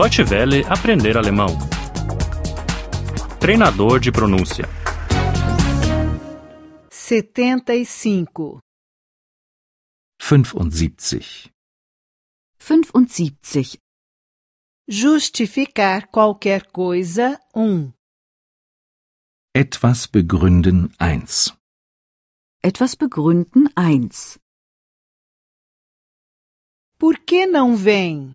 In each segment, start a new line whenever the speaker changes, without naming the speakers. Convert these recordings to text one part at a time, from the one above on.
Deutsche Welle aprender alemão. Treinador de pronúncia.
75.
75.
75.
Justificar qualquer coisa 1.
Etwas begründen 1.
Etwas begründen 1.
Por que não vem?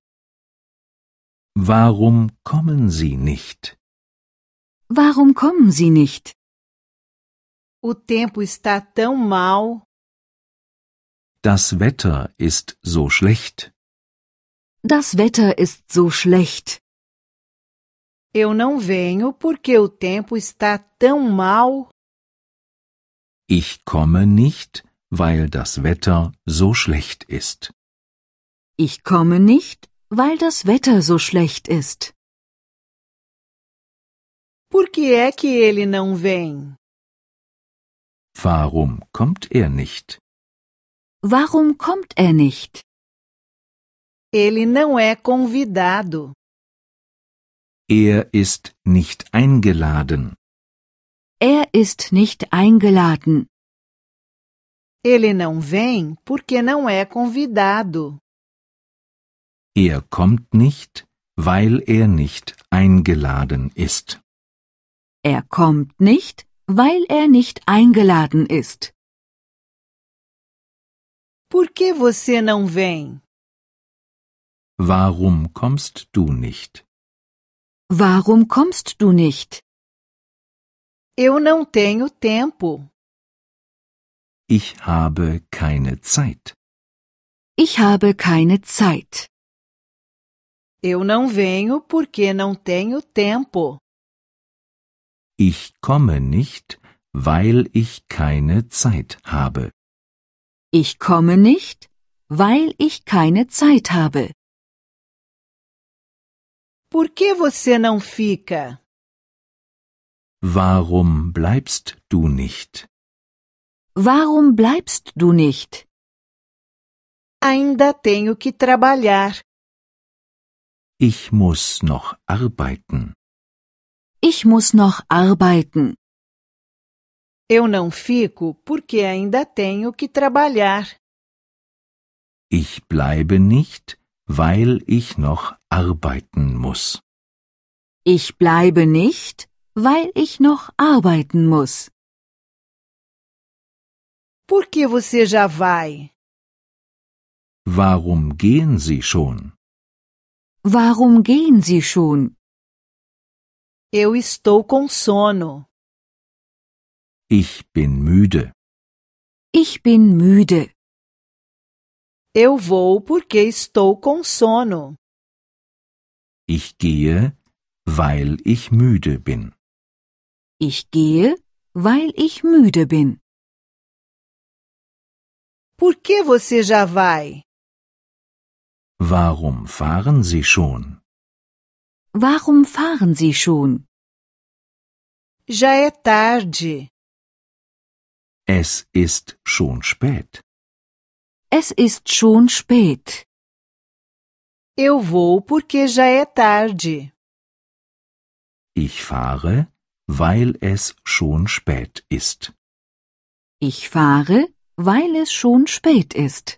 Warum kommen Sie nicht?
Warum kommen Sie nicht?
O tempo está tão mal.
Das Wetter ist so schlecht.
Das Wetter ist so schlecht.
Eu não venho porque o tempo está tão mal.
Ich komme nicht, weil das Wetter so schlecht ist.
Ich komme nicht, weil das Wetter so schlecht ist.
Por que é que ele não vem?
Warum kommt er nicht?
Warum kommt er nicht?
Ele não é convidado.
Er ist nicht eingeladen.
Er ist nicht eingeladen.
Ele não vem porque não é convidado.
Er kommt nicht, weil er nicht eingeladen ist.
Er kommt nicht, weil er nicht eingeladen ist.
Por que você não vem?
Warum kommst du nicht?
Warum kommst du nicht?
Eu não tenho tempo.
Ich habe keine Zeit.
Ich habe keine Zeit.
Eu não venho porque não tenho tempo.
Ich komme nicht, weil ich keine Zeit habe.
Ich komme nicht, weil ich keine Zeit habe.
Por que você não fica?
Warum bleibst du nicht?
Warum bleibst du nicht?
Ainda tenho que trabalhar.
Ich muss noch arbeiten.
Ich muss noch arbeiten.
Eu não fico porque ainda tenho que trabalhar.
Ich bleibe nicht, weil ich noch arbeiten muss.
Ich bleibe nicht, weil ich noch arbeiten muss.
Por que você já vai?
Warum gehen Sie schon?
Warum gehen Sie schon?
Eu estou com sono.
Ich bin müde.
Ich bin müde.
Eu vou porque estou com sono.
Ich gehe, weil ich müde bin.
Ich gehe, weil ich müde bin.
Por que você já vai?
Warum fahren Sie schon?
Warum fahren Sie schon?
Já é tarde.
Es ist schon spät.
Es ist schon spät.
Eu vou porque já é tarde.
Ich fahre, weil es schon spät ist.
Ich fahre, weil es schon spät ist.